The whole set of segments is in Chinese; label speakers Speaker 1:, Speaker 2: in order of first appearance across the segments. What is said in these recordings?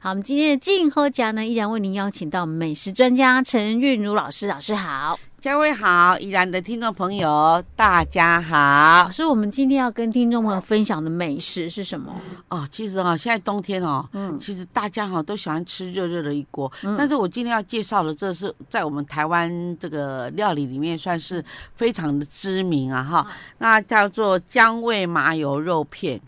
Speaker 1: 好，我们今天的静候家呢，依然为您邀请到美食专家陈韵如老师，老师好。
Speaker 2: 嘉威好，宜兰的听众朋友大家
Speaker 1: 老
Speaker 2: 好
Speaker 1: 师，我们今天要跟听众朋友分享的美食是什么？
Speaker 2: 哦。其实哦，现在冬天哦，
Speaker 1: 嗯
Speaker 2: 其实大家哈、都喜欢吃热热的一锅，
Speaker 1: 嗯
Speaker 2: 但是我今天要介绍的，这是在我们台湾这个料理里面算是非常的知名啊
Speaker 1: 嗯
Speaker 2: 哈，那叫做姜味麻油肉片，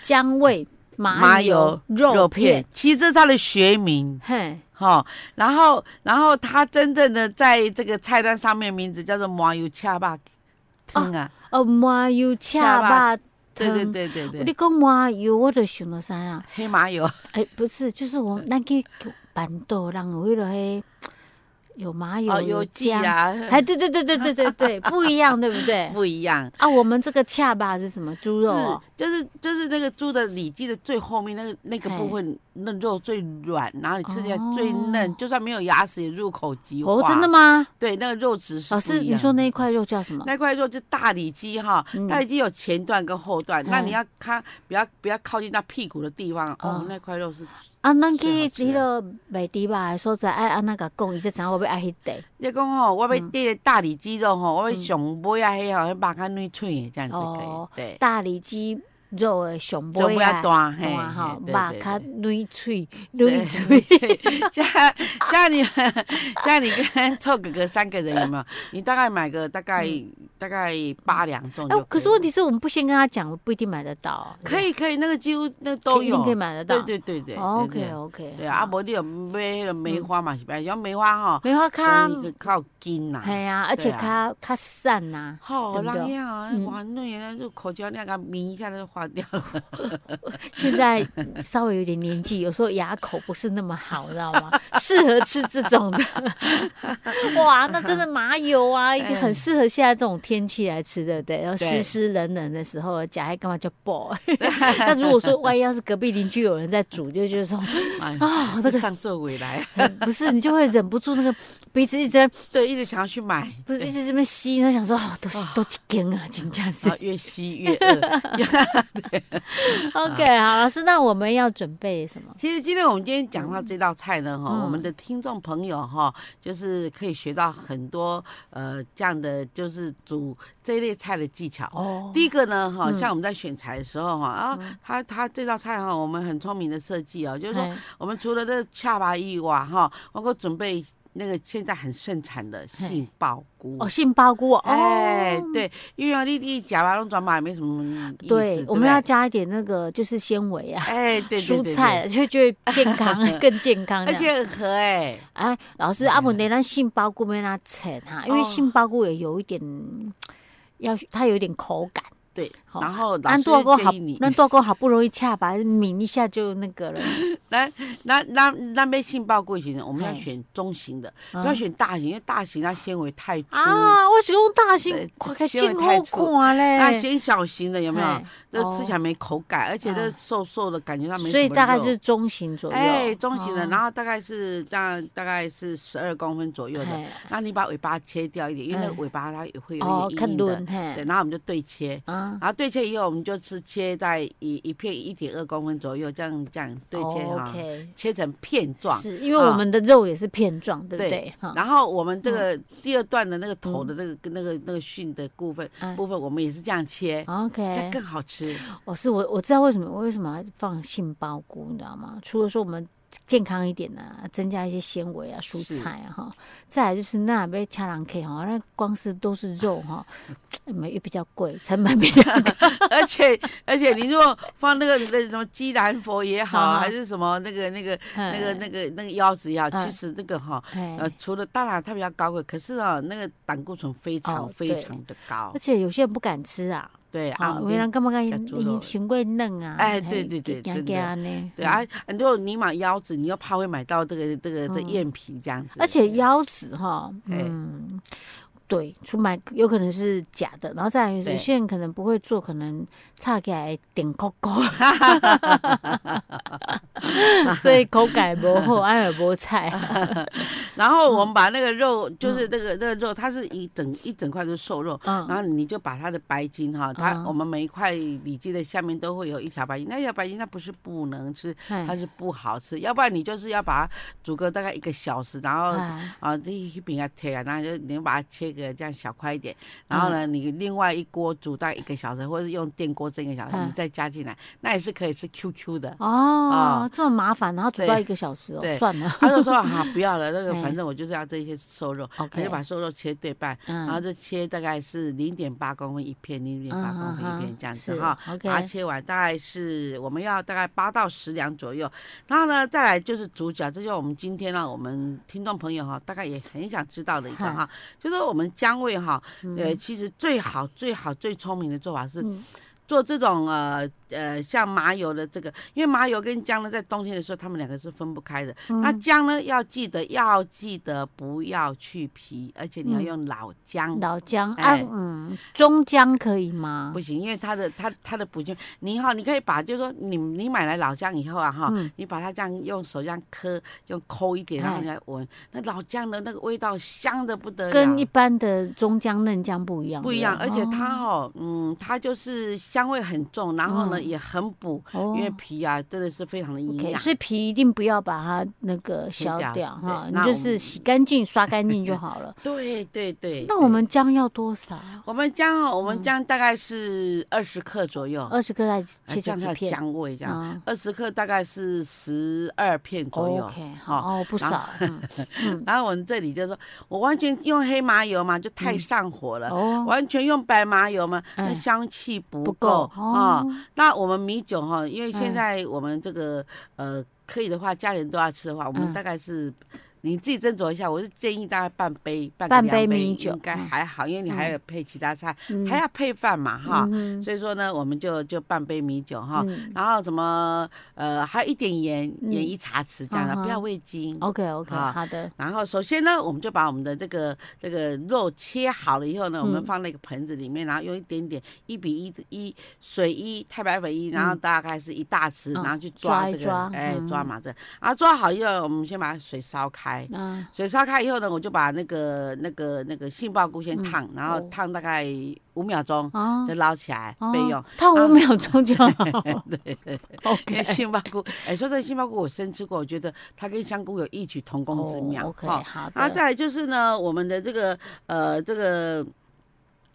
Speaker 1: 姜味麻油肉片，，
Speaker 2: 其实这是它的学名。
Speaker 1: 嘿，
Speaker 2: 哈、然后，然后它真正的在这个菜单上面名字叫做麻油恰巴汤啊，
Speaker 1: 哦，麻油恰巴
Speaker 2: 对对
Speaker 1: 汤。
Speaker 2: 对对
Speaker 1: 你
Speaker 2: 对，
Speaker 1: 讲麻油，我就想到啥啊？
Speaker 2: 黑麻油。
Speaker 1: 哎、不是，就是我们咱去板豆，人有迄落迄有麻油、
Speaker 2: 哦，有记
Speaker 1: 姜，
Speaker 2: 啊，
Speaker 1: 哎，对对对对对对对，不一样，对不 对？
Speaker 2: 不一样。
Speaker 1: 啊，我们这个恰巴是什么？猪
Speaker 2: 是
Speaker 1: 肉、哦，
Speaker 2: 就是就是那个猪的里脊的最后面那个那个
Speaker 1: 嘿
Speaker 2: 部分，那肉最软，然后你吃起来最
Speaker 1: 哦
Speaker 2: 嫩，就算没有牙齿也入口即化。
Speaker 1: 哦，真的？吗？
Speaker 2: 对，那个肉质是
Speaker 1: 老
Speaker 2: 不
Speaker 1: 师，
Speaker 2: 一
Speaker 1: 你
Speaker 2: 样
Speaker 1: 说那一块肉叫什么？
Speaker 2: 那块肉就大里脊哈
Speaker 1: 嗯，
Speaker 2: 它已经有前段跟后段，那
Speaker 1: 嘿
Speaker 2: 你要看不要不要靠近到屁股的地方
Speaker 1: 哦
Speaker 2: 哦，那块肉是。
Speaker 1: 啊，咱
Speaker 2: 最
Speaker 1: 去
Speaker 2: 好吃
Speaker 1: 迄落卖猪肉的所在，爱安那甲讲，伊才知影我要爱迄块。
Speaker 2: 你讲吼，我要
Speaker 1: 嗯
Speaker 2: 这个大里脊肉吼，我要
Speaker 1: 嗯
Speaker 2: 上尾啊，迄吼，迄肉较软脆的这样子
Speaker 1: 哦
Speaker 2: 可以。对，
Speaker 1: 大里脊肉的上
Speaker 2: 上
Speaker 1: 尾
Speaker 2: 尾啊
Speaker 1: 啊，
Speaker 2: 大嘿，
Speaker 1: 哇吼，
Speaker 2: 嘿
Speaker 1: 肉
Speaker 2: 对对
Speaker 1: 较
Speaker 2: 对
Speaker 1: 软脆，
Speaker 2: 对
Speaker 1: 软脆。
Speaker 2: 像像你们，像你跟臭哥哥三个人有没有？你大概买个大概、大概八两重就
Speaker 1: 嗯哎，可是问
Speaker 2: 题
Speaker 1: 题是我们不先跟他讲，我不一定买得到。
Speaker 2: 可以可以，那个几乎那个
Speaker 1: 可以，
Speaker 2: 都
Speaker 1: 一定
Speaker 2: 有
Speaker 1: 可以，买得到哦
Speaker 2: 对。对对对对对
Speaker 1: OK 嗯 OK。
Speaker 2: 对啊，啊，无你有买迄个梅花嘛，是吧？像梅花吼，
Speaker 1: 梅花
Speaker 2: 它
Speaker 1: 卡，
Speaker 2: 靠筋呐、
Speaker 1: 系啊，而且卡卡散啊呐。
Speaker 2: 好，
Speaker 1: 对不对
Speaker 2: 那样啊
Speaker 1: 嗯，
Speaker 2: 哇，那原来入口胶那个抿一下就化掉了。
Speaker 1: 现在稍微有点年纪，有时候牙口不是那么好，知道吗？ 适合吃这种的， 哇，那真的麻油啊，一定很适合现在这种天气来吃，对不对？然后
Speaker 2: 对
Speaker 1: 湿湿冷冷的时候，夹还干嘛叫爆？ 那如果说万一要是隔壁邻居有人在煮，就觉得说
Speaker 2: 哎呀，
Speaker 1: 啊，那
Speaker 2: 这
Speaker 1: 个
Speaker 2: 上座回来，
Speaker 1: 不是，你就会忍不住那个鼻子一直在，
Speaker 2: 对，一直想要去买，
Speaker 1: 不是一直这边吸，然后想说哦，都是都几根 啊，真的是
Speaker 2: 然。后越吸越饿。
Speaker 1: OK，好，老师，那我们要准备什么？
Speaker 2: 其实今天我们今天讲到这道菜呢，哈、
Speaker 1: 嗯
Speaker 2: 我们的听众朋友哈，就是可以学到很多呃这样的就是煮这一类菜的技巧。
Speaker 1: 哦
Speaker 2: 第一个呢，哈，
Speaker 1: 嗯
Speaker 2: 像我们在选材的时候哈，啊，它它这道菜哈，我们很聪明的设计哦，就是说
Speaker 1: 哎
Speaker 2: 我们除了这个恰巴以外哈，我给我准备那个现在很盛产的杏鲍菇
Speaker 1: 哦，。杏鲍菇哦，
Speaker 2: 哎，对，因为啊你你夹完弄转嘛也没什么意思，
Speaker 1: 对，
Speaker 2: 不
Speaker 1: 我们要加一点那个就是纤维啊，
Speaker 2: 哎，对对对
Speaker 1: 蔬
Speaker 2: 对
Speaker 1: 菜，啊就 觉得健 康，更健康这
Speaker 2: 而
Speaker 1: 样。
Speaker 2: 且很合哎，
Speaker 1: 哎，老师，阿姆雷那杏鲍菇没那切哈，因为
Speaker 2: 哦
Speaker 1: 杏鲍菇也有一点，要它有一点口感。
Speaker 2: 对，
Speaker 1: 好
Speaker 2: 然后老
Speaker 1: 咱
Speaker 2: 师
Speaker 1: 多哥好
Speaker 2: 建议你，，
Speaker 1: 咱多哥好不容易恰吧，抿一下就那个了。嗯
Speaker 2: 那那那那被杏鲍菇型的，我们要
Speaker 1: 嘿
Speaker 2: 选中型的，
Speaker 1: 哎啊
Speaker 2: 不要选大型，因为大型它纤维太粗。
Speaker 1: 啊，我喜欢大型
Speaker 2: 对，
Speaker 1: 快开
Speaker 2: 纤维
Speaker 1: 进
Speaker 2: 太
Speaker 1: 口
Speaker 2: 粗
Speaker 1: 看啊
Speaker 2: 那
Speaker 1: 嘞。
Speaker 2: 选小型啊的有没有
Speaker 1: 嘿？
Speaker 2: 这吃起来没口感，而且这瘦瘦的感觉它
Speaker 1: 哦
Speaker 2: 没什么
Speaker 1: 嗯所以大概
Speaker 2: 肉
Speaker 1: 就是中型左右。
Speaker 2: 哎中型的，
Speaker 1: 哦
Speaker 2: 然后大概是大大概是十二公分左右的。
Speaker 1: 嘿
Speaker 2: 那你把尾巴切掉一点，因为那
Speaker 1: 嘿
Speaker 2: 个尾巴它也会有
Speaker 1: 哎哦
Speaker 2: 一，点
Speaker 1: 看
Speaker 2: 硬硬
Speaker 1: 轮
Speaker 2: 的。
Speaker 1: 嘿
Speaker 2: 对，，然后我们就对切，
Speaker 1: 啊，
Speaker 2: 然后对切以后我们就是切在一一片一点二公分左右，这样这样对切
Speaker 1: 哦
Speaker 2: 哈，
Speaker 1: ，OK。
Speaker 2: 切成片状。啊
Speaker 1: 是因为我们的肉也是片状，对不
Speaker 2: 对
Speaker 1: 对？哈，
Speaker 2: 然后我们这
Speaker 1: 嗯
Speaker 2: 个第二段的那个头的那个、那个那个蕈的部分、
Speaker 1: 嗯
Speaker 2: 部分，我们也是这样切，这样
Speaker 1: OK，
Speaker 2: 更好吃。
Speaker 1: 我是我我知道为什么我为什么要放杏鲍菇，你知道吗？除了说我们健康一点啊，增加一些纤维啊、蔬
Speaker 2: 是
Speaker 1: 菜啊哈，再来就是那被掐狼 K 哈，哦那光是都是肉哈，没也比较贵， 成本比较
Speaker 2: 而 且而且你如果放那个那什么鸡蛋佛也
Speaker 1: 好
Speaker 2: 好，
Speaker 1: 好
Speaker 2: 还是什么那个那个 那个那个那个腰子也好，
Speaker 1: 嗯
Speaker 2: 其实这个哈。
Speaker 1: 哎
Speaker 2: 呃，除了当然它比较高贵，可是啊，那个胆固醇非常
Speaker 1: 哦
Speaker 2: 非
Speaker 1: 对
Speaker 2: 常的高
Speaker 1: 而，且有些人不敢吃啊，
Speaker 2: 对
Speaker 1: 啊
Speaker 2: 啊，，
Speaker 1: 有的人干嘛干
Speaker 2: 加猪肉
Speaker 1: 嫌贵嫩啊，
Speaker 2: 哎对对对
Speaker 1: 惊
Speaker 2: 真的
Speaker 1: 惊呢，
Speaker 2: 对啊，如果你买腰子，你又怕会买到这个这个这
Speaker 1: 嗯
Speaker 2: 赝品这样子，
Speaker 1: 而且腰子哈，
Speaker 2: 哎
Speaker 1: 嗯，对，出卖有可能是假的，然后再来有
Speaker 2: 对
Speaker 1: 些人可能不会做，可能叉起来点口 口， 所以口感不好，安尔无菜。
Speaker 2: 然后
Speaker 1: 嗯
Speaker 2: 我们把那个肉，就是那个那个肉，它是一整一整块就是瘦肉，
Speaker 1: 嗯
Speaker 2: 然后你就把它的白筋哈，它
Speaker 1: 嗯
Speaker 2: 我们每一块里脊的下面都会有一条白筋，那条白筋它不是不能吃，
Speaker 1: 哎
Speaker 2: 它是不好吃，要不然你就是要把它煮个大概一个小时，然后
Speaker 1: 哎
Speaker 2: 啊，这一饼啊切啊，然后就你把它切个这样小块一点，然
Speaker 1: 嗯
Speaker 2: 后呢，你另外一锅煮大概一个小时，或者用电锅蒸一个小时，
Speaker 1: 嗯
Speaker 2: 你再加进来，那也是可以吃 QQ 的。
Speaker 1: 哦，这么麻烦，然后煮到
Speaker 2: 对
Speaker 1: 一个小时哦，
Speaker 2: 对
Speaker 1: 算了。
Speaker 2: 他就说啊，不要了，那个
Speaker 1: 哎
Speaker 2: 反正我就是要这些瘦肉， 他
Speaker 1: OK，
Speaker 2: 就把瘦肉切对半，然后
Speaker 1: 嗯，
Speaker 2: 就切大概是零点八公分一片，零点八公分一
Speaker 1: 嗯
Speaker 2: 片这样子哈。啊
Speaker 1: OK，
Speaker 2: 把它切完，大概是我们要大概八到十两左右。然后呢，再来就是主角，这就是我们今天呢、我们听众朋友哈、大概也很想知道的一个哈，就是我们姜味哈、呃，其实最好、最好、最聪明的做法是
Speaker 1: 嗯
Speaker 2: 做这种呃呃像麻油的这个，因为麻油跟姜呢，在冬天的时候，它们两个是分不开的。那
Speaker 1: 嗯
Speaker 2: 姜呢，要记得要记得不要去皮，而且你要
Speaker 1: 嗯
Speaker 2: 用老姜。
Speaker 1: 老姜啊
Speaker 2: 哎，
Speaker 1: 嗯，中姜可以吗
Speaker 2: 不？行，因为它的它它的补菌，你哈，你可以把就是说你你买来老姜以后啊哈，
Speaker 1: 嗯
Speaker 2: 你把它这样用手这样磕，用抠一点，然后
Speaker 1: 哎
Speaker 2: 你来闻，那老姜的那个味道香的不得了，
Speaker 1: 跟一般的中姜、嫩姜不一样，
Speaker 2: 不一样，而
Speaker 1: 对不
Speaker 2: 且
Speaker 1: 对
Speaker 2: 它哦，嗯，它就是香味很重，然后呢、也很补，
Speaker 1: 嗯哦
Speaker 2: 因为皮啊真的是非常的营
Speaker 1: OK，
Speaker 2: 养。
Speaker 1: 所以皮一定不要把它那个
Speaker 2: 切
Speaker 1: 削
Speaker 2: 掉
Speaker 1: 掉
Speaker 2: 对
Speaker 1: 哈，你
Speaker 2: 那
Speaker 1: 就
Speaker 2: 我
Speaker 1: 是
Speaker 2: 们
Speaker 1: 洗干净、刷干净就好了。
Speaker 2: 对对对，
Speaker 1: 那
Speaker 2: 对
Speaker 1: 我们姜要多少？啊
Speaker 2: 我们姜哦，我们姜大概是二十克左右，
Speaker 1: 二十克再
Speaker 2: 呃
Speaker 1: 切
Speaker 2: 这
Speaker 1: 成
Speaker 2: 样
Speaker 1: 几
Speaker 2: 才有
Speaker 1: 片？
Speaker 2: 姜味这样，
Speaker 1: 啊
Speaker 2: 二十克大概是十二片左右。
Speaker 1: ，OK，好，哦，不
Speaker 2: 然
Speaker 1: 少， 嗯嗯，
Speaker 2: 然后我们这里就说，我完全用黑麻油嘛，就太上火了；
Speaker 1: 嗯哦，
Speaker 2: 完全用白麻油嘛，
Speaker 1: 嗯
Speaker 2: 那香气不
Speaker 1: 不
Speaker 2: 够
Speaker 1: 够
Speaker 2: 啊、
Speaker 1: 哦，
Speaker 2: 那我们米酒哈，因为现
Speaker 1: 嗯
Speaker 2: 在我们这个呃，可以的话，家里人都要吃的话，我们
Speaker 1: 嗯
Speaker 2: 大概是。你自己斟酌一下，我是建议大概半杯，半
Speaker 1: 半
Speaker 2: 个
Speaker 1: 杯
Speaker 2: 两杯
Speaker 1: 米酒
Speaker 2: 应该
Speaker 1: 嗯
Speaker 2: 还好，因为你还
Speaker 1: 嗯
Speaker 2: 要配其他菜，
Speaker 1: 嗯
Speaker 2: 还要配饭嘛哈、
Speaker 1: 嗯
Speaker 2: 所以说呢，我们就就半杯米酒哈、
Speaker 1: 嗯
Speaker 2: 然后什么呃，还有一点盐，
Speaker 1: 嗯
Speaker 2: 盐一茶匙这样的，
Speaker 1: 嗯哼
Speaker 2: 不要味精。
Speaker 1: ，OK OK，
Speaker 2: 啊
Speaker 1: 好的，
Speaker 2: 然后首先呢，我们就把我们的这个这个肉切好了以
Speaker 1: 嗯
Speaker 2: 后呢，我们放在一个盆子里面，然后用一点点一比一的一水一太白粉一，然后大概是一大匙，
Speaker 1: 嗯
Speaker 2: 然后去抓
Speaker 1: 抓一
Speaker 2: 这个，
Speaker 1: 抓
Speaker 2: 哎，
Speaker 1: 嗯
Speaker 2: 抓麻这，然后抓好以后，我们先把水烧开。
Speaker 1: 嗯
Speaker 2: 水烧开以后呢，我就把那个那个那个杏鲍菇先烫，然后
Speaker 1: 哦
Speaker 2: 烫大概五秒钟，
Speaker 1: 啊
Speaker 2: 就，捞起来
Speaker 1: 哦
Speaker 2: 备 用。
Speaker 1: 烫
Speaker 2: 啊
Speaker 1: 五秒钟就 好，OK，
Speaker 2: 因为杏鲍菇，哎，说这杏鲍菇我生吃过，我觉得它跟香菇有异曲同工之妙。
Speaker 1: 哦，OK，
Speaker 2: 哈
Speaker 1: 好
Speaker 2: 然后
Speaker 1: 的，
Speaker 2: 啊再来就是呢，我们的这个呃这个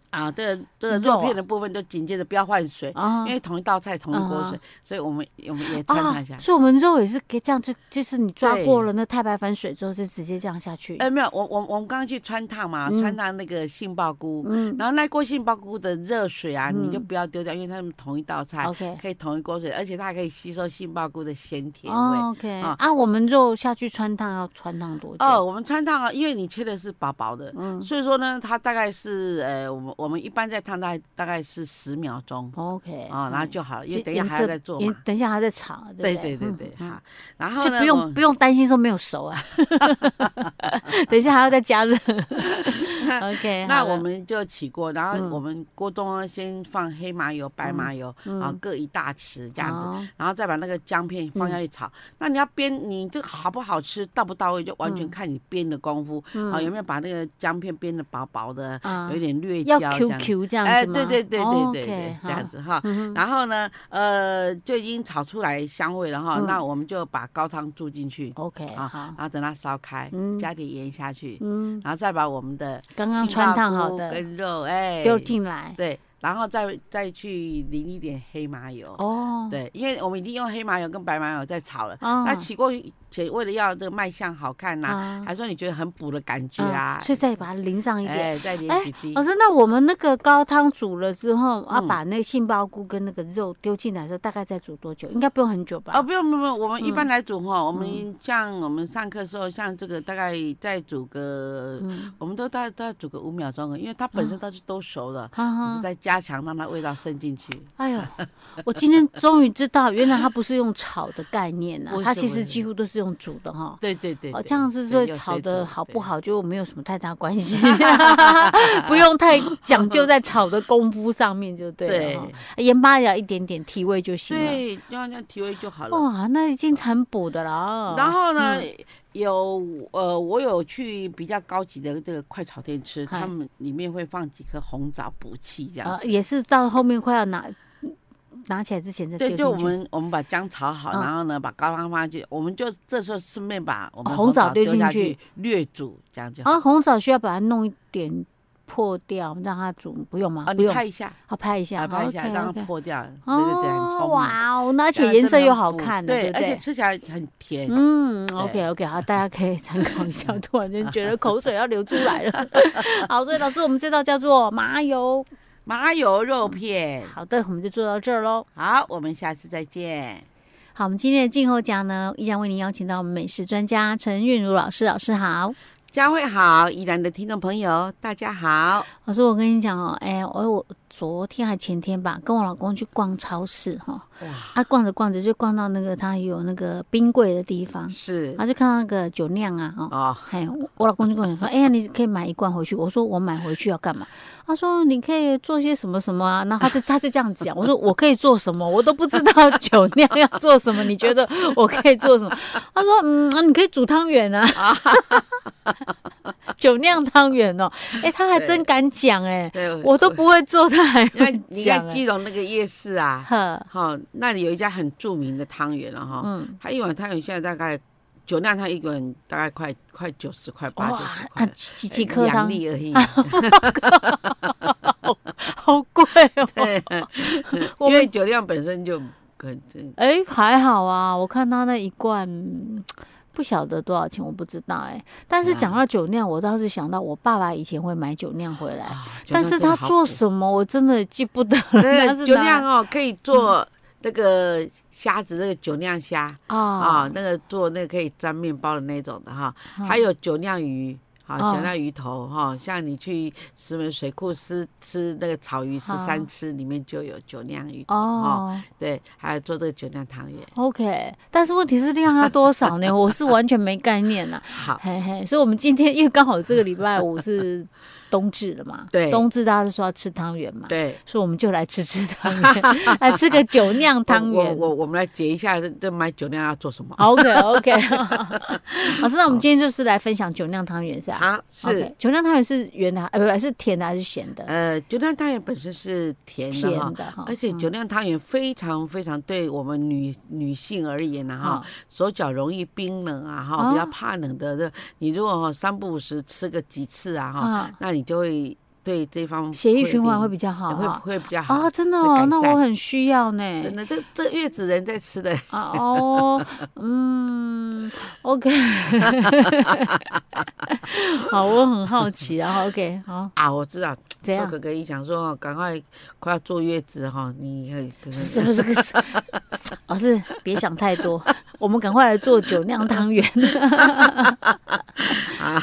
Speaker 2: 啊这个这个
Speaker 1: 肉
Speaker 2: 肉
Speaker 1: 啊
Speaker 2: 片的部分就紧接着不要换水，
Speaker 1: 啊
Speaker 2: 因为同一道菜同一锅水，
Speaker 1: 嗯
Speaker 2: 所以我们我们也穿它
Speaker 1: 啊
Speaker 2: 一下，。
Speaker 1: 所以我们肉也是可以这样，就就是你抓
Speaker 2: 对
Speaker 1: 过了那太白粉水之后，就直接这样下去
Speaker 2: 哎、，没有，我我我们刚刚去穿烫嘛，
Speaker 1: 嗯
Speaker 2: 穿烫那个杏鲍菇，
Speaker 1: 嗯
Speaker 2: 然后那锅杏鲍菇的热水啊，
Speaker 1: 嗯
Speaker 2: 你就不要丢掉，因为它们同一道菜，
Speaker 1: ，OK。
Speaker 2: 可以同一锅水，而且它还可以吸收杏鲍菇的鲜甜味。
Speaker 1: 哦、OK，
Speaker 2: 啊
Speaker 1: 啊我们肉下去穿烫要穿烫多久？
Speaker 2: 哦，我们穿烫啊，因为你切的是薄薄的，
Speaker 1: 嗯
Speaker 2: 所以说呢，它大概是呃，我们我们一般在烫大概大概是十秒钟
Speaker 1: ，OK，
Speaker 2: 啊、然后
Speaker 1: 嗯
Speaker 2: 就好了，因
Speaker 1: 就
Speaker 2: 为等一下
Speaker 1: 颜
Speaker 2: 还要
Speaker 1: 色
Speaker 2: 再做
Speaker 1: 颜
Speaker 2: 嘛。
Speaker 1: 等一下还在炒，对不对
Speaker 2: 对对对
Speaker 1: 嗯
Speaker 2: 对，
Speaker 1: 嗯
Speaker 2: 好。然后
Speaker 1: 就
Speaker 2: 呢，
Speaker 1: 不
Speaker 2: 我
Speaker 1: 用不用担心说没有熟 啊，等一下还要再加热。OK，
Speaker 2: 那
Speaker 1: 好了
Speaker 2: 我们就起锅，然后
Speaker 1: 嗯
Speaker 2: 我们锅中呢先放黑麻油、白麻油啊
Speaker 1: 嗯哦
Speaker 2: 各一大匙这样子，
Speaker 1: 好
Speaker 2: 然后再把那个姜片放
Speaker 1: 嗯
Speaker 2: 下去炒。那你要煸，你这个好不好吃，到不到位，就完全
Speaker 1: 嗯
Speaker 2: 看你煸的功夫
Speaker 1: 嗯
Speaker 2: 啊，有没有把那个姜片煸的薄薄的，
Speaker 1: 啊
Speaker 2: 有一点略焦
Speaker 1: 要
Speaker 2: 这样子。
Speaker 1: QQ 这样
Speaker 2: 哎，
Speaker 1: 子吗？
Speaker 2: 对对对对对
Speaker 1: OK，
Speaker 2: 对，这样
Speaker 1: 好。
Speaker 2: 子哈。
Speaker 1: 嗯哼
Speaker 2: 然后呢，呃，就已经炒出来香味了哈，
Speaker 1: 嗯
Speaker 2: 那我们就把高汤注进去，
Speaker 1: OK，
Speaker 2: 啊
Speaker 1: 好
Speaker 2: 然，后等它烧开，
Speaker 1: 嗯
Speaker 2: 加点盐下去，
Speaker 1: 嗯，
Speaker 2: 然后再把我们的
Speaker 1: 刚刚
Speaker 2: 杏
Speaker 1: 穿
Speaker 2: 鲍
Speaker 1: 烫好
Speaker 2: 菇
Speaker 1: 的
Speaker 2: 跟肉，哎，
Speaker 1: 丢进来
Speaker 2: 对，然后再再去淋一点黑麻油，
Speaker 1: 哦，
Speaker 2: 对，因为我们已经用黑麻油跟白麻油在炒了，
Speaker 1: 啊
Speaker 2: 那起锅前为了要这个卖相好看呐，
Speaker 1: 啊
Speaker 2: 还说你觉得很补的感觉
Speaker 1: 嗯
Speaker 2: 啊，
Speaker 1: 所以再把它淋上一点。
Speaker 2: 哎，再淋
Speaker 1: 哎
Speaker 2: 几滴
Speaker 1: 老，师，那我们那个高汤煮了之后，要、
Speaker 2: 嗯
Speaker 1: 把那个杏鲍菇跟那个肉丢进来的时候，大概再煮多久？应该不用很久吧？
Speaker 2: 哦，不用不用，不用，我们一
Speaker 1: 嗯
Speaker 2: 般来煮哈，我们像我们上课的时候，像这个大概再煮个，
Speaker 1: 嗯，啊
Speaker 2: 我们都大概大概煮个五秒钟，因为它本身它是都熟了，
Speaker 1: 哈
Speaker 2: 只是
Speaker 1: 哈。
Speaker 2: 在加强让它味道渗进去。
Speaker 1: 哎呦，我今 天终于知道，原来它不是用炒的概念
Speaker 2: 不
Speaker 1: 啊，
Speaker 2: 是
Speaker 1: 它其实
Speaker 2: 不是
Speaker 1: 几乎都是用煮的哈。
Speaker 2: 对对对，
Speaker 1: 哦，
Speaker 2: 对
Speaker 1: 这样子
Speaker 2: 对
Speaker 1: 说
Speaker 2: 有
Speaker 1: 炒
Speaker 2: 水
Speaker 1: 的
Speaker 2: 准
Speaker 1: 好
Speaker 2: 对
Speaker 1: 不好就没有什么太大关 系，不用太讲究在炒的功夫上面就对哦
Speaker 2: 对
Speaker 1: 了哈。盐巴也要一点点提味就行了。哦
Speaker 2: 对，这样这样提味就好了。
Speaker 1: 哇，那已经很补的了。哦
Speaker 2: 然后呢，有呃，我有去比较高级的这个快炒店吃，
Speaker 1: 嗨
Speaker 2: 他们里面会放几颗红枣补气这样。
Speaker 1: 呃，也是到后面快要拿拿起来之前再丢进
Speaker 2: 对，就我
Speaker 1: 去。
Speaker 2: 们我们把姜炒好，
Speaker 1: 嗯
Speaker 2: 然后呢把高汤放进去，我们就这时候顺便把我们
Speaker 1: 哦红枣
Speaker 2: 枣
Speaker 1: 丢
Speaker 2: 丢
Speaker 1: 进
Speaker 2: 下
Speaker 1: 去
Speaker 2: 去略煮，这样就好。
Speaker 1: 啊，红枣需要把它弄一点破掉，让它煮，不用吗？
Speaker 2: 啊，
Speaker 1: 不
Speaker 2: 你
Speaker 1: 用，
Speaker 2: 拍一下，
Speaker 1: 好拍一下，
Speaker 2: 啊，拍一下，
Speaker 1: OK，
Speaker 2: 让
Speaker 1: OK
Speaker 2: 它破掉。对对对，很
Speaker 1: 哦，
Speaker 2: 聪明。
Speaker 1: 哇哦，那而
Speaker 2: 这
Speaker 1: 且
Speaker 2: 样
Speaker 1: 颜
Speaker 2: 真
Speaker 1: 色
Speaker 2: 的
Speaker 1: 又
Speaker 2: 很
Speaker 1: 好
Speaker 2: 补
Speaker 1: 看的，
Speaker 2: 对，
Speaker 1: 对不
Speaker 2: 而且
Speaker 1: 对？
Speaker 2: 吃起来很甜。
Speaker 1: 嗯
Speaker 2: 对
Speaker 1: ，OK OK，好，大家可以参考一 下。突然间觉得口水要流出来了。好，所以老师，我们这道叫做麻油。
Speaker 2: 麻油肉片，
Speaker 1: 好的，我们就做到这儿喽。
Speaker 2: 好，我们下次再见。
Speaker 1: 好，我们今天的静候奖呢，依然为您邀请到我们美食专家陈韵如老师，老师好。
Speaker 2: 佳慧好，宜兰的听众朋友大家好。
Speaker 1: 老师，我跟你讲哦，哎，我我昨天还前天吧，跟我老公去逛超市哈、哦，
Speaker 2: 哇，
Speaker 1: 啊，逛着逛着就逛到那个他有那个冰柜的地方，
Speaker 2: 是
Speaker 1: 然后就看到那个酒酿啊，哦，
Speaker 2: 哦，
Speaker 1: 哎，我我老公就跟我讲说，哎呀，你可以买一罐回去。我说我买回去要干嘛？他说你可以做些什么什么啊。然后他就他就这样讲，我说我可以做什么？我都不知道酒 酿要做什么，你觉得我可以做什么？他说嗯，啊你可以煮汤圆啊， 酒酿汤圆哦。哎，他还真敢讲哎，
Speaker 2: 对，
Speaker 1: 我都不会做，他还
Speaker 2: 那
Speaker 1: 会
Speaker 2: 你
Speaker 1: 讲
Speaker 2: 看
Speaker 1: 哎。
Speaker 2: 基隆那个夜市 啊，
Speaker 1: 呵，
Speaker 2: 好、那里有一家很著名的汤圆了哈，
Speaker 1: 嗯，
Speaker 2: 他、一碗汤圆现在大概酒酿它一个人大概快快九十块八九
Speaker 1: 哇
Speaker 2: 十，块
Speaker 1: 啊
Speaker 2: 了，
Speaker 1: 几几
Speaker 2: 哎
Speaker 1: 颗
Speaker 2: 两
Speaker 1: 汤，哦
Speaker 2: 粒 而已，
Speaker 1: 好贵哦。
Speaker 2: 对，
Speaker 1: 我
Speaker 2: 因
Speaker 1: 们
Speaker 2: 为酒酿本身就很
Speaker 1: 哎、还好啊，我看他那一罐嗯不晓得多少钱，我不知道哎、但是讲到酒酿，我倒是想到我爸爸以前会买酒酿回来，
Speaker 2: 啊，酒
Speaker 1: 但
Speaker 2: 酿
Speaker 1: 是
Speaker 2: 真
Speaker 1: 他
Speaker 2: 的好
Speaker 1: 做
Speaker 2: 补
Speaker 1: 什么我真的记不得了。
Speaker 2: 那
Speaker 1: 但
Speaker 2: 个
Speaker 1: 是
Speaker 2: 酒
Speaker 1: 拿嗯
Speaker 2: 酿哦，可以做那个虾子，那个酒酿虾啊
Speaker 1: 啊，，
Speaker 2: 那个做那个可以沾面包的那种的哈，
Speaker 1: 嗯
Speaker 2: 还有酒酿鱼。啊，
Speaker 1: 哦
Speaker 2: 酒酿鱼头哈，像你去石门水库吃吃那个草鱼十
Speaker 1: 好
Speaker 2: 三吃，里面就有酒酿鱼头哈。
Speaker 1: 哦
Speaker 2: 对，还有做这个酒酿汤圆。
Speaker 1: ，OK，但是问题是量要多少 呢？我是完全没概念呐、
Speaker 2: 好，
Speaker 1: 嘿嘿，所以我们今天因为刚好这个礼拜五是冬至了嘛，
Speaker 2: 对
Speaker 1: 冬至大家都说要吃汤圆嘛，
Speaker 2: 对，
Speaker 1: 所以我们就来吃吃汤 圆，来吃个酒酿汤
Speaker 2: 我
Speaker 1: 圆。
Speaker 2: 我我我们来解一下，这这买酒酿要做什么？
Speaker 1: OK OK，老师，那我们今天就是来分享酒酿汤圆是吧？
Speaker 2: 啊，是
Speaker 1: OK，酒酿汤圆是圆的，呃，不不是甜的还是咸的？
Speaker 2: 呃，酒酿汤圆本身是甜的
Speaker 1: 甜哦嗯
Speaker 2: 哈，
Speaker 1: 的哈，
Speaker 2: 而且酒酿汤圆非常非常对我们女女性而言呢、哈、
Speaker 1: 哈，
Speaker 2: 手脚容易冰冷啊哈，
Speaker 1: 啊
Speaker 2: 比较怕冷的，这你如果哈三不五时吃个几次啊哈，
Speaker 1: 啊，
Speaker 2: 那你就会对这方面
Speaker 1: 血液循环会
Speaker 2: 比
Speaker 1: 比较好
Speaker 2: 会
Speaker 1: 哈。
Speaker 2: 会比较好。
Speaker 1: 啊，真的
Speaker 2: 会
Speaker 1: 哦，
Speaker 2: 改
Speaker 1: 那
Speaker 2: 善
Speaker 1: 我很需要呢。
Speaker 2: 真的，这这月子人在吃的，
Speaker 1: 啊哦，嗯，OK，好，我很好奇啊好，OK，好，
Speaker 2: 啊，我知道。
Speaker 1: 怎
Speaker 2: 做
Speaker 1: 样？
Speaker 2: 哥哥一想说，哦赶快快要坐月子哈，你很 可能
Speaker 1: 是不是？老师，别想太多，我们赶快来做酒酿汤圆。
Speaker 2: 啊，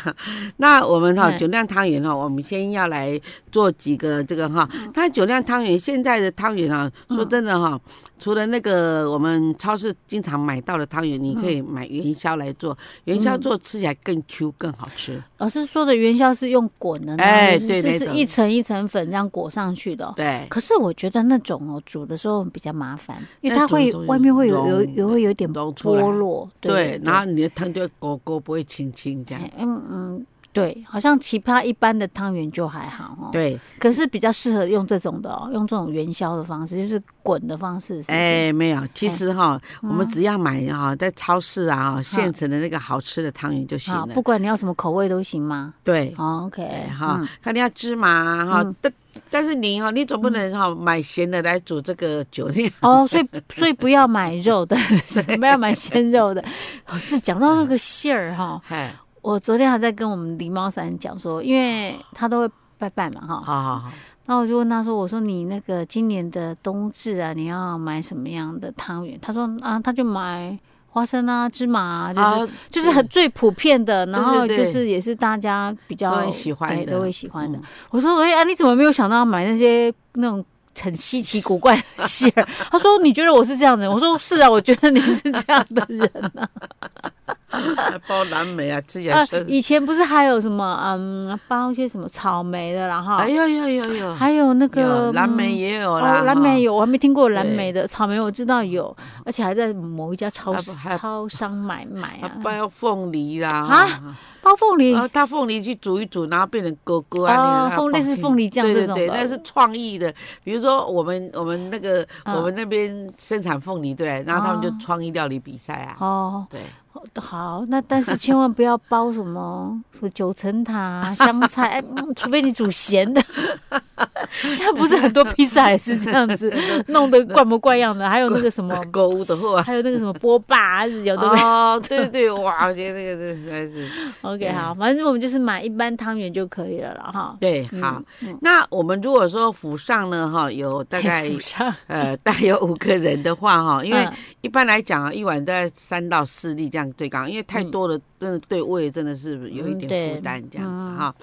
Speaker 2: 那我们哈
Speaker 1: 嗯
Speaker 2: 酒酿汤圆哈，我们先要来做几个这个哈。
Speaker 1: 嗯
Speaker 2: 它酒酿汤圆现在的汤圆啊，说真的哈，除了那个我们超市经常买到的汤圆，你可以买元宵来做，
Speaker 1: 嗯
Speaker 2: 元宵做吃起来更 Q 更好吃。
Speaker 1: 老师说的元宵是用滚的那种，
Speaker 2: 哎
Speaker 1: 就是
Speaker 2: 对那
Speaker 1: 是
Speaker 2: 种
Speaker 1: 一层一层粉这样裹上去的哦、
Speaker 2: 对，
Speaker 1: 可是我觉得那种哦，煮的时候比较麻烦，因为
Speaker 2: 那
Speaker 1: 它会
Speaker 2: 煮的时候有
Speaker 1: 外面会有有
Speaker 2: 溶
Speaker 1: 有会有点
Speaker 2: 溶出来
Speaker 1: 剥落，
Speaker 2: 对，然后你的汤就会勾勾不会清清这样
Speaker 1: 哎。嗯嗯，对，好像其他一般的汤圆就还好哦，，
Speaker 2: 对，
Speaker 1: 可是比较适合用这种的哦，用这种元宵的方式，就是滚的方式，是不是，
Speaker 2: 哎，没有，其实哈，我们
Speaker 1: 嗯
Speaker 2: 只要买哈，在超市啊哈现成的那个好吃的汤圆就行
Speaker 1: 好，
Speaker 2: 了
Speaker 1: 不。管你要什么口味都行吗？
Speaker 2: 对，
Speaker 1: 哦，OK，
Speaker 2: 对哈
Speaker 1: 嗯，
Speaker 2: 看你要芝麻啊
Speaker 1: 嗯
Speaker 2: 哈，但但是你哈，你总不能哈买咸的来煮这个酒酿。
Speaker 1: 哦，所以所以不要买肉的， 不要买鲜肉的。老师讲到那个馅儿哈，
Speaker 2: 哎，
Speaker 1: 我昨天还在跟我们狸猫三讲说，因为他都会拜拜嘛哈，
Speaker 2: 好好好，
Speaker 1: 那我就问他说，我说你那个今年的冬至啊，你要买什么样的汤圆？他说啊，他就买花生啊、芝麻啊，就是、
Speaker 2: 啊，
Speaker 1: 就是很最普遍的，然后
Speaker 2: 对
Speaker 1: 就
Speaker 2: 对
Speaker 1: 是也是大家比较
Speaker 2: 都很喜欢
Speaker 1: 对
Speaker 2: 的
Speaker 1: 都会喜欢的。
Speaker 2: 嗯
Speaker 1: 我说，哎、啊，你怎么没有想到买那些那种很稀奇古怪的馅儿？ 他 说，你觉得我是这样的人？我说，是啊，我觉得你是这样的人啊。
Speaker 2: 呃 包蓝莓啊，吃起来
Speaker 1: 呃
Speaker 2: 酸，。
Speaker 1: 以前不是还有什么嗯，包一些什么草莓的啦哈
Speaker 2: 哎，呦呦呦呦，
Speaker 1: 还有那个
Speaker 2: 有蓝莓
Speaker 1: 嗯
Speaker 2: 也有
Speaker 1: 哦
Speaker 2: 啦，，
Speaker 1: 蓝
Speaker 2: 哈
Speaker 1: 莓有，我还没听过蓝
Speaker 2: 对
Speaker 1: 莓的，草莓我知道有，而且还在某一家超
Speaker 2: 还
Speaker 1: 市
Speaker 2: 还
Speaker 1: 超商买买
Speaker 2: 啊，
Speaker 1: 啊，
Speaker 2: 包凤梨啦，
Speaker 1: 啊
Speaker 2: 啊，
Speaker 1: 包凤梨
Speaker 2: 然后它凤梨去煮一煮，然后变成哥哥
Speaker 1: 哦
Speaker 2: 啊，，
Speaker 1: 凤类似凤
Speaker 2: 梨
Speaker 1: 梨酱这
Speaker 2: 对
Speaker 1: 种
Speaker 2: 对
Speaker 1: 的
Speaker 2: 对，，那是创意的。比如说我们我们那个
Speaker 1: 嗯
Speaker 2: 我们那边生产凤梨，对，然后他们就
Speaker 1: 哦
Speaker 2: 创意料理比赛啊，
Speaker 1: 哦，
Speaker 2: 对，
Speaker 1: 好，那但是千万不要包什么什么九层塔啊、香菜，哎，嗯除非你煮咸的。 现在不是很多披萨也是这样子弄得怪模怪样的，还有那个什么，
Speaker 2: 购物的货啊。
Speaker 1: 还有那个什么波霸啊，有对不对
Speaker 2: 哦，对对对，哇，我觉得这个实在是
Speaker 1: ？OK，好，反正我们就是买一般汤圆就可以了了哈。
Speaker 2: 对
Speaker 1: 嗯
Speaker 2: 好。那我们如果说府上呢，哈，有 大 概
Speaker 1: 配附上
Speaker 2: 呃， 大概有五个人的话，哈，因为
Speaker 1: 嗯
Speaker 2: 一般来讲啊，一碗大概三到四粒这样最高，因为太多了，真的对胃真的是有一
Speaker 1: 嗯
Speaker 2: 点
Speaker 1: 对
Speaker 2: 负担这样子
Speaker 1: 嗯
Speaker 2: 哈。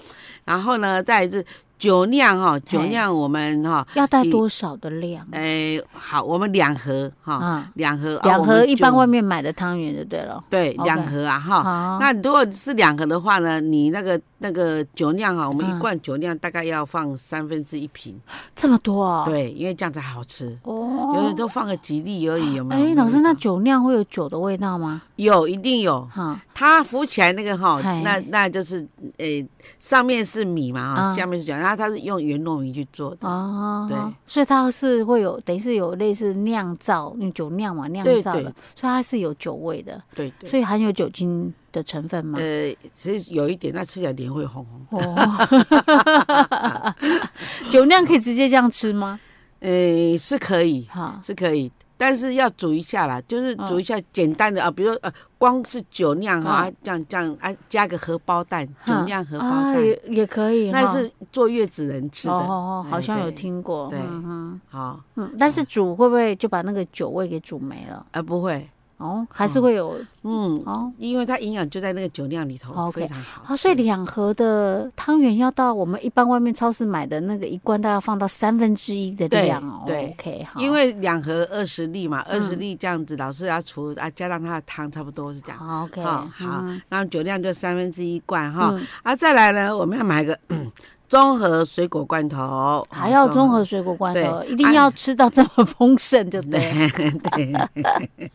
Speaker 2: 然后呢，再来是酒酿哈，酒
Speaker 1: 嘿
Speaker 2: 酿我们哈，
Speaker 1: 要带多少的量
Speaker 2: 哎，好，我们两盒哈，
Speaker 1: 啊？
Speaker 2: 两盒，啊
Speaker 1: 嗯两
Speaker 2: 我
Speaker 1: 盒
Speaker 2: 们
Speaker 1: 一般
Speaker 2: 酒
Speaker 1: 外面买的汤圆就对了。
Speaker 2: 对
Speaker 1: OK
Speaker 2: 两盒啊哈。
Speaker 1: 好，
Speaker 2: 那如果是两盒的话呢，你那个那个酒酿啊哈，我们
Speaker 1: 嗯
Speaker 2: 一罐酒酿大概要放三分之一瓶，
Speaker 1: 这么多哦。
Speaker 2: 对，因为这样才好吃。
Speaker 1: 哦，
Speaker 2: 有的都放个几粒而已，有没有？
Speaker 1: 哎，老师，那酒酿会有酒的味道吗？
Speaker 2: 有一定有，
Speaker 1: 哈，
Speaker 2: 它浮起来那个哈
Speaker 1: 嗨，
Speaker 2: 那那就是诶，上面是米嘛哈，
Speaker 1: 嗯
Speaker 2: 下面是酒，然后它是用圆糯米去做的，
Speaker 1: 哦，
Speaker 2: 对，
Speaker 1: 所以它是会有，等于是有类似酿造，用酒酿嘛，酿
Speaker 2: 对
Speaker 1: 造的，
Speaker 2: 对
Speaker 1: 所以它是有酒味的，
Speaker 2: 对对。
Speaker 1: 所以嗯含有酒精的成分嘛。
Speaker 2: 呃，其实有一点，那吃起来脸会红红。
Speaker 1: 哦， 酒酿可以直接这样吃吗？
Speaker 2: 呃，是可以，
Speaker 1: 哈，
Speaker 2: 是可以，但是要煮一下啦，就是
Speaker 1: 嗯
Speaker 2: 煮一下简单的啊，比如说呃，光是酒酿哈，这样这样啊，加个荷包蛋，酒酿荷包
Speaker 1: 啊，
Speaker 2: 蛋，
Speaker 1: 也也可以哈，
Speaker 2: 那是坐月子人吃
Speaker 1: 哦
Speaker 2: 的。
Speaker 1: 哦，哦
Speaker 2: 哎
Speaker 1: 好像有
Speaker 2: 对
Speaker 1: 听过，
Speaker 2: 对
Speaker 1: 嗯哼
Speaker 2: 好，
Speaker 1: 嗯，但是煮会不会就把那个酒味给煮没了？
Speaker 2: 啊，不会，
Speaker 1: 哦，还是会有
Speaker 2: 嗯，
Speaker 1: 哦。
Speaker 2: 因为它营养就在那个酒酿里头，
Speaker 1: OK
Speaker 2: 非常好吃。
Speaker 1: 啊，所以两盒的汤圆要到我们一般外面超市买的那个一罐，大概放到三分之一的量哦。
Speaker 2: 对对
Speaker 1: o k 好。
Speaker 2: 因为两盒二十粒嘛，二
Speaker 1: 嗯
Speaker 2: 十粒这样子，老师要除啊，加上它的汤，差不多是这样。
Speaker 1: 好哦 OK，
Speaker 2: 好好
Speaker 1: 嗯
Speaker 2: 然后酒量就三分之一罐哈
Speaker 1: 嗯，
Speaker 2: 啊，再来呢，我们要买一个 嗯综合水果罐头，
Speaker 1: 还要
Speaker 2: 嗯
Speaker 1: 综合。水果罐头，
Speaker 2: 对
Speaker 1: 一定
Speaker 2: 啊
Speaker 1: 要吃到这么丰盛，就对 了。
Speaker 2: 对对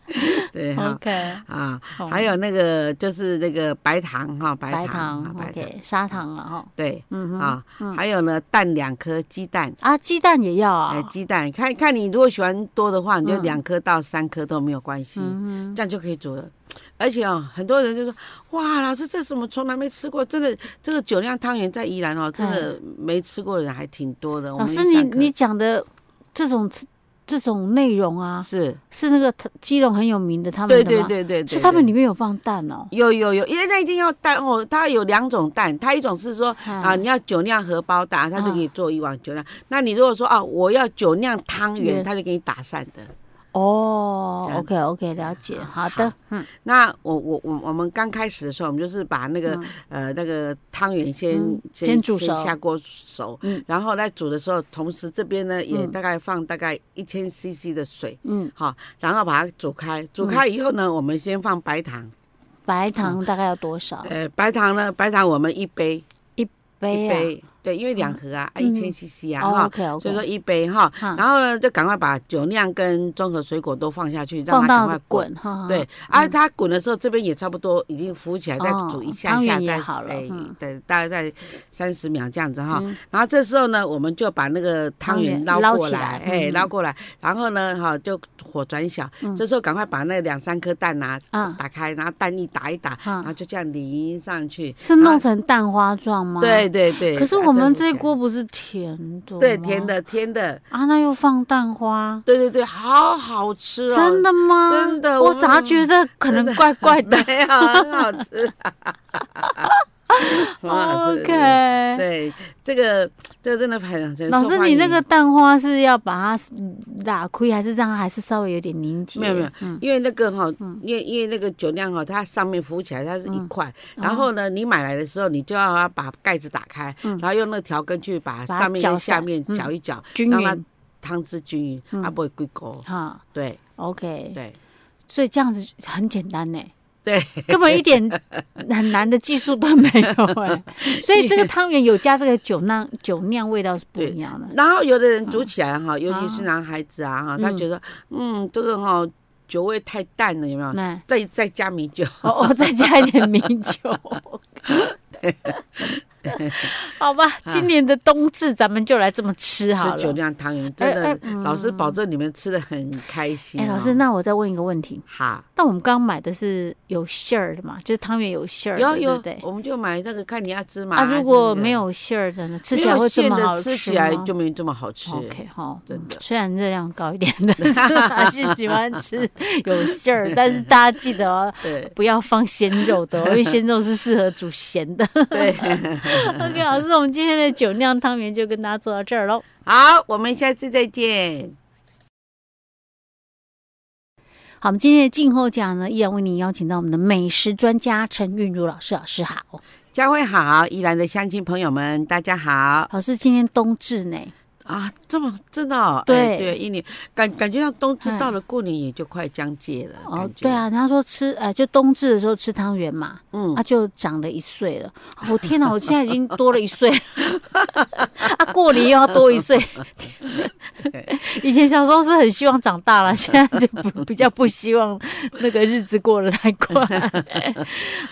Speaker 2: 对哈
Speaker 1: OK，
Speaker 2: 啊，
Speaker 1: 好
Speaker 2: 还有那个就是那个白糖哈，白
Speaker 1: 白
Speaker 2: 糖啊
Speaker 1: 糖
Speaker 2: 白糖
Speaker 1: ，OK，砂糖了哈。
Speaker 2: 对
Speaker 1: 嗯哼，
Speaker 2: 啊，还有呢蛋两颗，鸡蛋。
Speaker 1: 啊，鸡蛋也要啊
Speaker 2: 哎，。鸡蛋，看看你如果喜欢多的话，你就
Speaker 1: 嗯
Speaker 2: 两颗到三颗都没有关系。
Speaker 1: 嗯
Speaker 2: 这样就可以煮了。而且哦，很多人就说：“哇，老师，这是我们从来没吃过，真的，这个酒酿汤圆在宜兰哦，真的没吃过的人还挺多的。”
Speaker 1: 哼，
Speaker 2: 我
Speaker 1: 哎老
Speaker 2: 们
Speaker 1: 师你
Speaker 2: 一上课
Speaker 1: 你讲的这种这种内容啊，
Speaker 2: 是
Speaker 1: 是那个基隆很有名的他们
Speaker 2: 对
Speaker 1: 的
Speaker 2: 对
Speaker 1: 吗，
Speaker 2: 对对
Speaker 1: 所
Speaker 2: 对，
Speaker 1: 以他们
Speaker 2: 对
Speaker 1: 里面有放蛋哦。
Speaker 2: 有有有，因为那一定要蛋哦，它有两种蛋，它一种是说。啊，
Speaker 1: 啊
Speaker 2: 你要酒酿荷包蛋，它就给你做一碗酒酿。那你如果说哦，我要酒酿汤圆，
Speaker 1: 圆
Speaker 2: 它就给你打散的。
Speaker 1: 哦
Speaker 2: 这样
Speaker 1: ，OK OK，了解，好的，嗯，
Speaker 2: 那我我我我们刚开始的时候，我们就是把那个、
Speaker 1: 嗯
Speaker 2: 呃那个汤圆先、
Speaker 1: 嗯先煮熟
Speaker 2: 下锅熟，
Speaker 1: 嗯
Speaker 2: 然后在煮的时候，同时这边呢也
Speaker 1: 嗯
Speaker 2: 大概放大概一千 CC 的水，
Speaker 1: 嗯，
Speaker 2: 好，然后把它煮开，煮开以后呢，我们先放白糖，
Speaker 1: 白
Speaker 2: 嗯
Speaker 1: 糖大概要多少
Speaker 2: 呃，白糖呢，白糖我们一杯一
Speaker 1: 杯啊
Speaker 2: 杯，对，因为两盒啊，
Speaker 1: 嗯
Speaker 2: 一千 CC 啊
Speaker 1: 啊
Speaker 2: 哈。
Speaker 1: ？OK
Speaker 2: 所以说
Speaker 1: OK，
Speaker 2: 一杯哈，
Speaker 1: 哈
Speaker 2: 然后呢就赶快把酒酿跟综合水果都放下去，让
Speaker 1: 放
Speaker 2: 它赶
Speaker 1: 到
Speaker 2: 快滚。
Speaker 1: 滚，嗯哈哈，
Speaker 2: 对，啊，它滚的时候，这边也差不多已经浮起来，再
Speaker 1: 哦
Speaker 2: 煮一下
Speaker 1: 汤
Speaker 2: 下，
Speaker 1: 圆也
Speaker 2: 再
Speaker 1: 好了
Speaker 2: 哎
Speaker 1: 嗯
Speaker 2: 对，大概在三十秒这样子哈
Speaker 1: 嗯。
Speaker 2: 然后这时候呢，我们就把那个汤圆
Speaker 1: 汤圆
Speaker 2: 捞
Speaker 1: 捞
Speaker 2: 过
Speaker 1: 起
Speaker 2: 来，
Speaker 1: 来
Speaker 2: 哎，
Speaker 1: 嗯
Speaker 2: 捞过来，然后呢，哈，就火转小，这时候赶快把那两三颗蛋拿
Speaker 1: 啊
Speaker 2: 打开，然后蛋液打一打，然后
Speaker 1: 啊，
Speaker 2: 就这样淋上去。
Speaker 1: 是弄成蛋花状吗？。
Speaker 2: 对对对。
Speaker 1: 可是
Speaker 2: 啊
Speaker 1: 我们
Speaker 2: 这
Speaker 1: 这
Speaker 2: 样
Speaker 1: 锅不是甜的，
Speaker 2: 对甜。的甜的，
Speaker 1: 啊，那又放蛋花，
Speaker 2: 对对对，好好吃哦，
Speaker 1: 真的吗？
Speaker 2: 真的
Speaker 1: 我
Speaker 2: 我
Speaker 1: 咋觉 得可能怪怪的
Speaker 2: 没有很好吃。 很好
Speaker 1: 哦
Speaker 2: 吃
Speaker 1: ？OK。
Speaker 2: 对，这个这个真的很很
Speaker 1: 老
Speaker 2: 受
Speaker 1: 师，
Speaker 2: 欢
Speaker 1: 你
Speaker 2: 迎
Speaker 1: 那个蛋花是要把它打开，还是让它还是稍微有点凝结？
Speaker 2: 没有没有
Speaker 1: 嗯，嗯
Speaker 2: 因为那个哈、因为因为那个酒酿哈，它上面浮起来，它是一块。然后呢，你买来的时候，你就要把盖子打开，
Speaker 1: 嗯
Speaker 2: 然后用那个调羹去把
Speaker 1: 把它
Speaker 2: 上面
Speaker 1: 搅
Speaker 2: 跟
Speaker 1: 散
Speaker 2: 下面
Speaker 1: 嗯
Speaker 2: 搅一搅，
Speaker 1: 均
Speaker 2: 让它
Speaker 1: 匀
Speaker 2: 汤汁均匀，它、
Speaker 1: 嗯
Speaker 2: 不会龟锅。
Speaker 1: 哈。
Speaker 2: 对
Speaker 1: OK，
Speaker 2: 对
Speaker 1: 所以这样子很简单呢。
Speaker 2: 对，
Speaker 1: 根本一点很难的技术都没有哎、 所以这个汤圆有加这个酒酿酒酿味道是不一样的。
Speaker 2: 然后有的人煮起来哈，尤其是男孩子啊哈，他
Speaker 1: 啊嗯
Speaker 2: 觉得嗯这个哈酒味太淡了，有没有？
Speaker 1: 那、
Speaker 2: 再再加米酒，
Speaker 1: 哦哦，再加一点米酒。 好吧，今年的冬至咱们就来这么吃好
Speaker 2: 啊吃酒
Speaker 1: 了。
Speaker 2: 酿汤圆，
Speaker 1: 哎
Speaker 2: 真的，
Speaker 1: 哎
Speaker 2: 老师保证你们吃的很开心、
Speaker 1: 哎，
Speaker 2: 哦。
Speaker 1: 老师，那我再问一个问题，
Speaker 2: 好，
Speaker 1: 那我们刚买的是有馅儿的嘛？就是汤圆有馅儿的，
Speaker 2: 有
Speaker 1: 对
Speaker 2: 有
Speaker 1: 不，对？
Speaker 2: 我们就买那个看你要芝麻
Speaker 1: 啊，
Speaker 2: 还是
Speaker 1: 如果没有馅儿的呢，吃起来
Speaker 2: 没有
Speaker 1: 会这
Speaker 2: 馅
Speaker 1: 么
Speaker 2: 的
Speaker 1: 好
Speaker 2: 吃起
Speaker 1: 吗
Speaker 2: 来就没这么好吃。
Speaker 1: OK 哈，
Speaker 2: 真
Speaker 1: 嗯
Speaker 2: 的
Speaker 1: 虽然热量高一点， 但是我还是 喜欢吃有馅儿。但是大家记得哦，
Speaker 2: 对
Speaker 1: 不要放鲜肉 的哦，因为鲜肉是适合煮咸的。
Speaker 2: 对，
Speaker 1: OK，老师，我们今天的酒酿汤圆就跟大家做到这儿喽。
Speaker 2: 好，我们下次再见。
Speaker 1: 好，我们今天的静候奖呢，依然为您邀请到我们的美食专家陈韵如老师，老师好，
Speaker 2: 佳慧好，宜兰的乡亲朋友们，大家好
Speaker 1: 老师今天冬至呢，
Speaker 2: 啊！这么真的、哦，哎
Speaker 1: 对
Speaker 2: 对，一年感感觉到冬至
Speaker 1: 哎
Speaker 2: 到了，过年也就快将届了。
Speaker 1: 哦
Speaker 2: 感，觉
Speaker 1: 对，啊，人家说吃，呃，就冬至的时候吃汤圆嘛，
Speaker 2: 嗯
Speaker 1: 啊，就长了一岁了。我、天哪，我现在已经多了一岁， 啊，过年又要多一岁。以前小时候是很希望长大了，现在就不比较不希望那个日子过得太 快。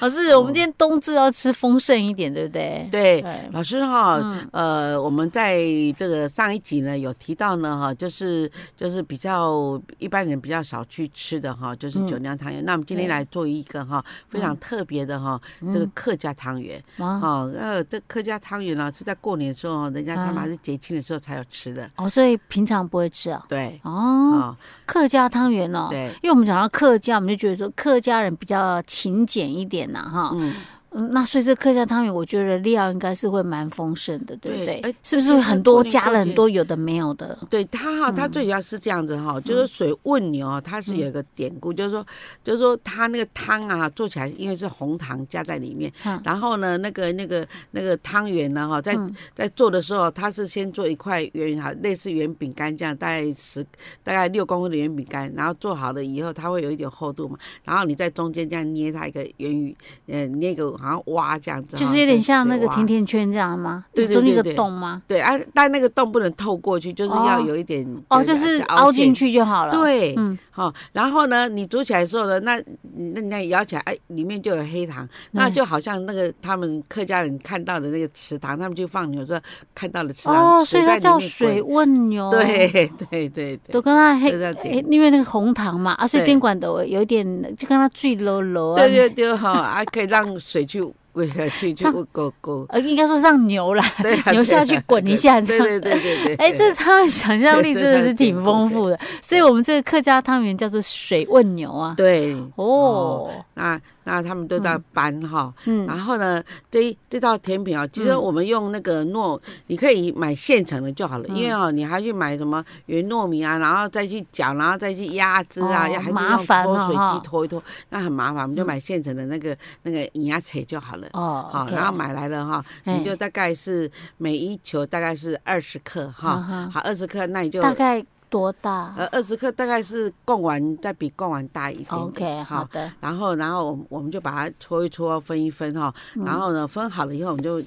Speaker 1: 老师，我们今天冬至要吃丰盛一点，对不对？
Speaker 2: 对，
Speaker 1: 对，
Speaker 2: 老师哈、
Speaker 1: 嗯
Speaker 2: 呃，我们在这个上一集呢有提到呢哈，就是就是比较一般人比较少去吃的哈，就是
Speaker 1: 嗯
Speaker 2: 酒酿汤圆。那我们今天
Speaker 1: 对嗯
Speaker 2: 来做一个哈非常特别的哈，这个客家汤圆
Speaker 1: 哇
Speaker 2: 哦，呃，这客家汤圆呢是在过年的时候哈，人家他们
Speaker 1: 啊
Speaker 2: 还是节庆的时候才有吃的，
Speaker 1: 哦，所以平常不会吃啊。
Speaker 2: 对，
Speaker 1: 哦，
Speaker 2: 哦，
Speaker 1: 客家汤圆哦。
Speaker 2: 对，
Speaker 1: 因为我们讲到客家，我们就觉得说客家人比较勤俭一点呐、哈、
Speaker 2: 嗯，
Speaker 1: 嗯那所以这客家汤圆，我觉得料应该是会蛮丰盛的，对不对？
Speaker 2: 对哎
Speaker 1: 是不是会很多加了很
Speaker 2: 过
Speaker 1: 多有的没有的？
Speaker 2: 对它哈，它
Speaker 1: 嗯
Speaker 2: 最主要是这样子哈，就是水问牛哦，它是有一个典故，就是说，就是说它那个汤啊做起来，因为是红糖加在里面
Speaker 1: 嗯，
Speaker 2: 然后呢，那个那个那个汤圆呢哈，在在做的时候，它是先做一块圆哈，类似圆饼干这样，大概十大概六公分的圆饼干，然后做好了以后，它会有一点厚度嘛，然后你在中间这样捏它一个圆鱼，呃，捏个好像蛙这样子哈，
Speaker 1: 就是有点像那个
Speaker 2: 水蛙
Speaker 1: 甜甜圈这样吗？
Speaker 2: 对对
Speaker 1: 中间
Speaker 2: 对
Speaker 1: 一
Speaker 2: 对
Speaker 1: 个洞吗？
Speaker 2: 对啊，但那个洞不能透过去，就是要
Speaker 1: 哦
Speaker 2: 有一点
Speaker 1: 哦，
Speaker 2: 有
Speaker 1: 就
Speaker 2: 点
Speaker 1: 是
Speaker 2: 凹
Speaker 1: 凹
Speaker 2: 陷
Speaker 1: 进去就好了。，
Speaker 2: 对，
Speaker 1: 嗯，
Speaker 2: 好、然后呢，你煮起来的时候呢，那那那舀起来，哎，里面就有黑糖，那
Speaker 1: 嗯
Speaker 2: 就好像那个他们客家人看到的那个池塘，他们去放牛的时候看到的池塘，
Speaker 1: 哦，所以它
Speaker 2: 在
Speaker 1: 叫
Speaker 2: 啊里面滚
Speaker 1: 水问牛。
Speaker 2: 对。对对
Speaker 1: 都
Speaker 2: 对，
Speaker 1: 跟它黑
Speaker 2: 都在，点
Speaker 1: 哎因为那个红糖嘛，啊，所以
Speaker 2: 对
Speaker 1: 电管都有一点，就跟它最 low low 啊，
Speaker 2: 对对对哈，啊，可以让水去滚下去，去
Speaker 1: 让
Speaker 2: 滚 滚，
Speaker 1: 呃，应该说让牛啦，
Speaker 2: 对啊，
Speaker 1: 牛
Speaker 2: 对
Speaker 1: 下去
Speaker 2: 啊
Speaker 1: 滚一下这
Speaker 2: 对
Speaker 1: 样
Speaker 2: 对对对 对。
Speaker 1: 哎，
Speaker 2: 对
Speaker 1: 这他的想象力真的是挺丰富的，所以我们这个客家汤圆叫做水问牛啊。
Speaker 2: 对，
Speaker 1: 哦，
Speaker 2: 那那他们都在搬哈，
Speaker 1: 嗯，
Speaker 2: 然后呢，这这道甜品啊，其实
Speaker 1: 嗯
Speaker 2: 我们用那个糯，你可以买现成的就好了，
Speaker 1: 嗯
Speaker 2: 因为哦，你还去买什么圆糯米啊，然后再去搅，然后再去压制啊，
Speaker 1: 哦
Speaker 2: 还是
Speaker 1: 麻
Speaker 2: 用
Speaker 1: 烦
Speaker 2: 脱
Speaker 1: 了
Speaker 2: 水
Speaker 1: 哈嗯
Speaker 2: 机拖一拖，那很麻烦，我们就买现成的那个那个银牙扯就好了。
Speaker 1: 哦，
Speaker 2: 好，
Speaker 1: OK
Speaker 2: 然后买来了哈，
Speaker 1: 哎
Speaker 2: 你就大概是每一球大概是二十克
Speaker 1: 嗯
Speaker 2: 哈
Speaker 1: 哼，
Speaker 2: 好二十克，那你就
Speaker 1: 大概多大
Speaker 2: 呃二十克大概是贡丸，再比贡丸大一点
Speaker 1: ？OK，
Speaker 2: 点，
Speaker 1: 好的，
Speaker 2: 然后，然后我们我们就把它搓一搓，分一分哈、
Speaker 1: 嗯
Speaker 2: 然后呢，分好了以后，我们就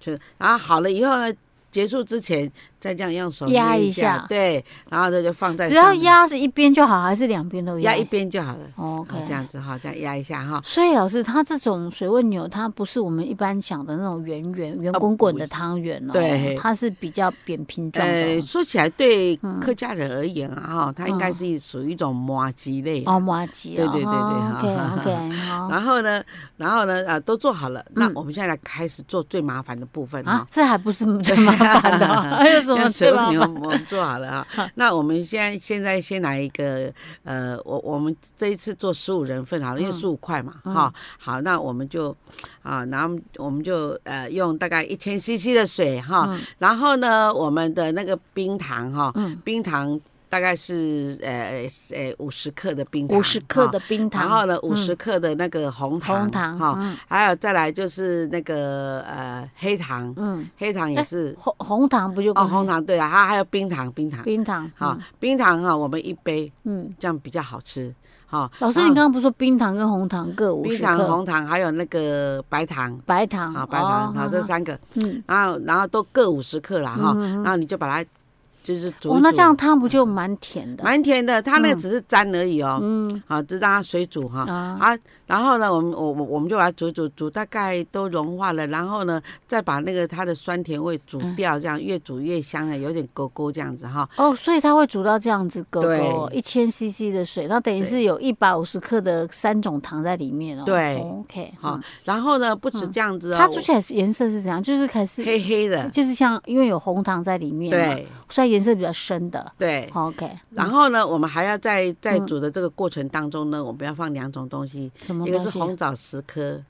Speaker 2: 就，然后好了以后呢，结束之前再这样用手
Speaker 1: 压
Speaker 2: 捏
Speaker 1: 一下
Speaker 2: 对，然后这就放在
Speaker 1: 只要
Speaker 2: 上面
Speaker 1: 压是一边就好，还是两边都哦
Speaker 2: 压一边就好了。哦
Speaker 1: ？OK，
Speaker 2: 好，这样子哈，这样压一下哈。
Speaker 1: 所以老师，它这种水问牛，它不是我们一般想的那种圆圆圆滚滚的汤圆哦，
Speaker 2: 哦不对
Speaker 1: 它是比较扁平状
Speaker 2: 呃，
Speaker 1: 的嗯
Speaker 2: 说起来对客家人而言啊，哈、它应该是属于一种麻鸡类。
Speaker 1: 哦，麻吉啊，
Speaker 2: 对对对对
Speaker 1: ，OK
Speaker 2: 好
Speaker 1: OK，好
Speaker 2: 然后呢，然后呢，啊，都做好了，那我们现在来开始做最麻烦的部分哈、
Speaker 1: 嗯啊，这还不是最麻烦的哦， 还有什么
Speaker 2: 要
Speaker 1: 最
Speaker 2: 水
Speaker 1: 麻
Speaker 2: 问牛
Speaker 1: 烦？
Speaker 2: 我们做好了啊。那我们现在现在先来一个，呃，我我们这一次做十五人份好
Speaker 1: 嗯
Speaker 2: 了，因为十五块嘛，哈。好，那我们就啊，然后我们就呃用大概一千 CC 的水
Speaker 1: 嗯
Speaker 2: 哈，然后呢，我们的那个冰糖哈，冰糖。大概是呃呃五十克的冰糖，
Speaker 1: 五十克
Speaker 2: 哈
Speaker 1: 的冰
Speaker 2: 然
Speaker 1: 糖嗯
Speaker 2: 后，呢，五十克的那个红糖，
Speaker 1: 红糖
Speaker 2: 哈、
Speaker 1: 嗯
Speaker 2: 还有再来就是那个呃黑糖，
Speaker 1: 嗯，
Speaker 2: 黑糖也
Speaker 1: 哎
Speaker 2: 是
Speaker 1: 红红糖不就
Speaker 2: 哦
Speaker 1: 跟
Speaker 2: 红糖对啊，还还有冰糖冰糖，
Speaker 1: 冰糖
Speaker 2: 好、冰糖哈、我们一杯
Speaker 1: 嗯，
Speaker 2: 这样比较好吃，哈。
Speaker 1: 老师，
Speaker 2: 然
Speaker 1: 你
Speaker 2: 后
Speaker 1: 刚刚不是说冰糖跟红糖各五十
Speaker 2: 冰
Speaker 1: 克，
Speaker 2: 糖、红糖还有那个白糖。
Speaker 1: 白糖
Speaker 2: 啊，白糖，好，这
Speaker 1: 哦
Speaker 2: 三个，
Speaker 1: 嗯，
Speaker 2: 然后然后都各五十克啦哈，
Speaker 1: 嗯
Speaker 2: 然后你就把它就是煮
Speaker 1: 哦
Speaker 2: 一，
Speaker 1: 那
Speaker 2: 煮
Speaker 1: 这样汤不就蛮甜的？
Speaker 2: 蛮甜的，它那
Speaker 1: 嗯
Speaker 2: 个只是粘而已哦，
Speaker 1: 嗯
Speaker 2: 好，就让它水煮哈，
Speaker 1: 啊，
Speaker 2: 啊，然后呢，我们我我我们就把它煮煮煮，大概都融化了，然后呢，再把那个它的酸甜味煮
Speaker 1: 嗯
Speaker 2: 掉，这样越煮越香了，有点勾勾这样子哈。
Speaker 1: 哦，所以它会煮到这样子勾勾，
Speaker 2: 对
Speaker 1: 一千 CC 的水，那等于
Speaker 2: 对
Speaker 1: 是有一百五十克的三种糖在里面哦。
Speaker 2: 对
Speaker 1: 哦，OK，
Speaker 2: 好
Speaker 1: 好，，
Speaker 2: 然后呢，不止
Speaker 1: 嗯
Speaker 2: 这样子哦，
Speaker 1: 它煮起来是颜色是怎样？就是开始
Speaker 2: 黑黑的，
Speaker 1: 就是像因为有红糖在里面，，
Speaker 2: 对
Speaker 1: 所以颜色比较深的。
Speaker 2: 对。
Speaker 1: 好 OK，
Speaker 2: 然后呢，我们还要在在煮的这个过程当中呢，我们要放两种东西，
Speaker 1: 嗯什么
Speaker 2: 一个
Speaker 1: 东
Speaker 2: 是
Speaker 1: 西？
Speaker 2: 红枣十颗，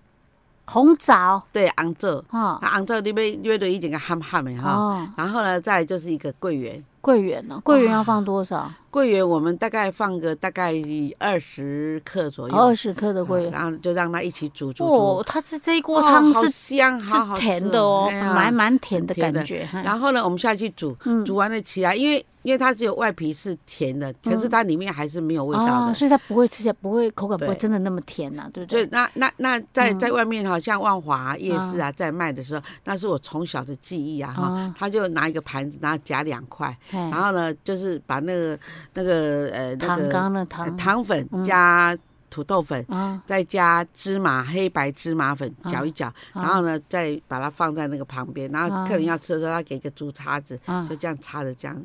Speaker 1: 红枣
Speaker 2: 对，红枣，
Speaker 1: 啊，
Speaker 2: 啊，红枣里面约了一整个憨憨的哈。
Speaker 1: 哦，
Speaker 2: 然后呢，再来就是一个桂圆，
Speaker 1: 桂圆呢？桂圆要
Speaker 2: 哇
Speaker 1: 放多少？
Speaker 2: 桂圆我们大概放个大概二十克左右，
Speaker 1: 二十克的
Speaker 2: 啊
Speaker 1: 桂圆。
Speaker 2: 然后就让它一起煮煮
Speaker 1: 哦
Speaker 2: 煮。，
Speaker 1: 它是这一锅汤
Speaker 2: 好
Speaker 1: 是
Speaker 2: 香，好好
Speaker 1: 是
Speaker 2: 吃
Speaker 1: 甜的哦，
Speaker 2: 哎呀
Speaker 1: 蛮蛮甜的感
Speaker 2: 甜的
Speaker 1: 觉。嘿
Speaker 2: 然后呢，我们下去煮，
Speaker 1: 嗯
Speaker 2: 煮完了起来，因为因为它只有外皮是甜的，可是它里面还是没有味道
Speaker 1: 哦，
Speaker 2: 的。
Speaker 1: 所以它不会吃起来不会口感不会
Speaker 2: 对
Speaker 1: 真的那么甜呐、对不
Speaker 2: 所
Speaker 1: 对
Speaker 2: 以？那那那在
Speaker 1: 嗯
Speaker 2: 在外面好像万华夜市啊，在卖的时候，那是我从小的记忆啊
Speaker 1: 啊
Speaker 2: 哈。他就拿一个盘子，然后夹两块，
Speaker 1: 然
Speaker 2: 然后呢，就是把那个那个呃那
Speaker 1: 嗯糖
Speaker 2: 个
Speaker 1: 刚的
Speaker 2: 呃
Speaker 1: 糖
Speaker 2: 糖粉
Speaker 1: 嗯
Speaker 2: 加土豆粉，
Speaker 1: 啊，
Speaker 2: 再加芝麻黑白芝麻粉
Speaker 1: 啊
Speaker 2: 搅一搅，
Speaker 1: 啊
Speaker 2: 然后呢再把它放在那个旁边，然
Speaker 1: 啊
Speaker 2: 后客人要吃的时候，他给一个竹叉子，
Speaker 1: 啊
Speaker 2: 就这样插着这样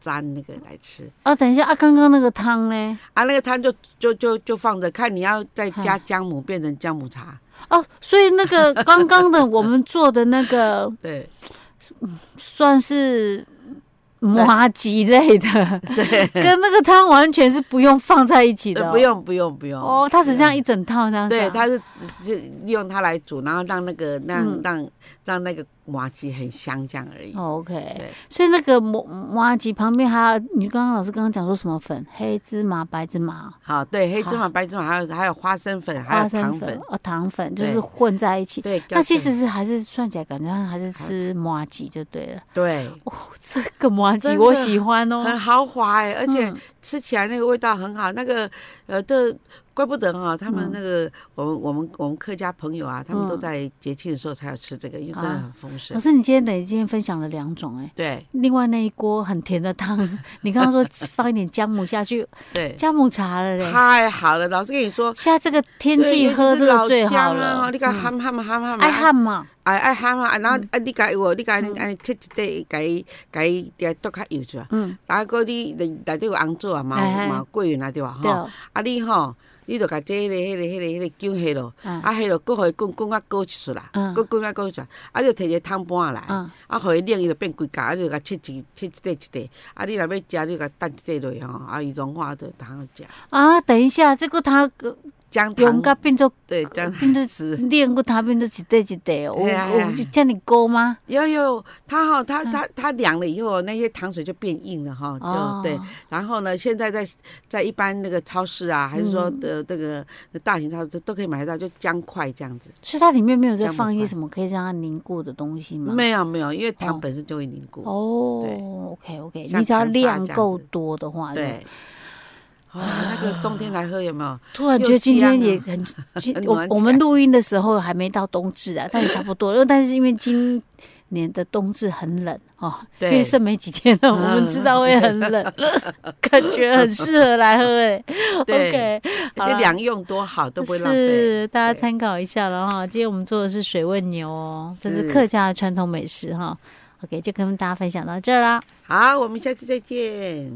Speaker 2: 沾那个来吃。
Speaker 1: 啊，等一下啊，刚刚那个汤呢？
Speaker 2: 啊，那个汤就就就就放着，看你要再加
Speaker 1: 嗯
Speaker 2: 姜母变成姜母茶。
Speaker 1: 哦，所以那 个刚刚的我们做的那个
Speaker 2: 对
Speaker 1: 算是麻吉类的，
Speaker 2: 对，
Speaker 1: 跟那个汤完全是不用放在一起的、
Speaker 2: 嗯呃不。用不用不用。
Speaker 1: 哦，它只是这样一整套这样子啊、
Speaker 2: 对，它是就利用它来煮，然后让那个让让让那个麻鸡很香这样而已。
Speaker 1: 嗯哦 OK，
Speaker 2: 对
Speaker 1: 所以那个麻麻吉旁边还有你刚刚老师刚刚讲说什么粉，黑芝麻、白芝麻、
Speaker 2: 好，对，黑芝麻、白芝麻，还有还有花生粉，还
Speaker 1: 花
Speaker 2: 有
Speaker 1: 生
Speaker 2: 糖粉。
Speaker 1: 哦，糖粉就
Speaker 2: 对
Speaker 1: 是混在一起。
Speaker 2: 对，
Speaker 1: 那其
Speaker 2: 跟
Speaker 1: 实是还是算起来，感觉还是吃麻吉就对了。
Speaker 2: 对。
Speaker 1: 哦这个麻吉
Speaker 2: 真的
Speaker 1: 我喜欢哦，
Speaker 2: 很豪华哎、而且
Speaker 1: 嗯
Speaker 2: 吃起来那个味道很好。那个呃，这怪不得哈、他们那个、我们我们我们客家朋友啊，他们都
Speaker 1: 嗯
Speaker 2: 在节庆的时候才有吃这个，因为真的
Speaker 1: 啊
Speaker 2: 很丰盛。
Speaker 1: 老师，你今天等于今天分享了两种哎、
Speaker 2: 对
Speaker 1: 另外那一锅很甜的汤， 你刚刚说放一点姜母下去，
Speaker 2: 对，
Speaker 1: 姜母茶了嘞。
Speaker 2: 太好了！老师跟你说，
Speaker 1: 现在这个天
Speaker 2: 对
Speaker 1: 气
Speaker 2: 尤其
Speaker 1: 喝
Speaker 2: 是
Speaker 1: 这个
Speaker 2: 老
Speaker 1: 最好
Speaker 2: 姜
Speaker 1: 了，
Speaker 2: 啊、你看
Speaker 1: 嗯
Speaker 2: 憨憨憨憨
Speaker 1: 爱汗嘛，
Speaker 2: 哎爱憨嘛，啊然后啊你家有哦你家安尼切一块，甲伊甲伊加剁较幼出来，
Speaker 1: 嗯，
Speaker 2: 然后嗰啲内底有红枣啊，嘛
Speaker 1: 哎哎
Speaker 2: 有嘛有桂圆啊对吧？
Speaker 1: 对
Speaker 2: 吼，
Speaker 1: 哦，
Speaker 2: 啊你吼，你就甲这迄个迄个迄个迄个姜下咯。
Speaker 1: 嗯
Speaker 2: 啊，迄落搁互伊滚滚啊高一出啦，
Speaker 1: 嗯
Speaker 2: 搁滚啊高一出，啊，你就摕一个汤盘来，
Speaker 1: 嗯
Speaker 2: 啊，互伊冷，伊就变规格，啊，你就甲切一切一块一块，啊，你若要食，你就甲等一块落吼，啊，伊融化就通好食。
Speaker 1: 啊，等一下，这个汤呃
Speaker 2: 姜
Speaker 1: 用
Speaker 2: 糖
Speaker 1: 甲变做
Speaker 2: 对姜
Speaker 1: 变做
Speaker 2: 丝，
Speaker 1: 炼过它变做一袋一袋哦，我
Speaker 2: 嘿啊嘿啊
Speaker 1: 我就叫你勾吗？
Speaker 2: 有有，它吼、它它它凉了以后，那些糖水就变硬了哈、就哦
Speaker 1: 哦
Speaker 2: 对。然后呢，现在在在一般那个超市啊，还是说
Speaker 1: 嗯
Speaker 2: 的这个大型超市都可以买得到，就姜块这样子。
Speaker 1: 所以它里面没有再
Speaker 2: 姜母
Speaker 1: 放一些
Speaker 2: 块
Speaker 1: 什么可以让它凝固的东西吗？
Speaker 2: 没有没有，因为
Speaker 1: 哦
Speaker 2: 糖本身就会凝固。
Speaker 1: 哦，OK OK，
Speaker 2: 像
Speaker 1: 你只要
Speaker 2: 糖沙
Speaker 1: 量
Speaker 2: 这样
Speaker 1: 够
Speaker 2: 子
Speaker 1: 多的话，
Speaker 2: 对。哎哇、那个冬天来喝有没有？
Speaker 1: 突然
Speaker 2: 又
Speaker 1: 觉得今天
Speaker 2: 香
Speaker 1: 也
Speaker 2: 啊
Speaker 1: 很，今
Speaker 2: 很
Speaker 1: 我
Speaker 2: 暖
Speaker 1: 我
Speaker 2: 起
Speaker 1: 们
Speaker 2: 来
Speaker 1: 录音的时候还没到冬至啊，但也差不多。因为但是因为今年的冬至很冷哦，因为
Speaker 2: 对
Speaker 1: 剩没几天了，我们知道会很 冷，感觉很适合来喝哎。
Speaker 2: 对
Speaker 1: OK，好
Speaker 2: 这
Speaker 1: 啦
Speaker 2: 两用多好，都不会浪费。
Speaker 1: 是大家
Speaker 2: 对
Speaker 1: 参考一下了哈。今天我们做的是水问牛哦，这是
Speaker 2: 是
Speaker 1: 客家的传统美食哈。OK，就跟大家分享到这啦。
Speaker 2: 好，我们下次再见。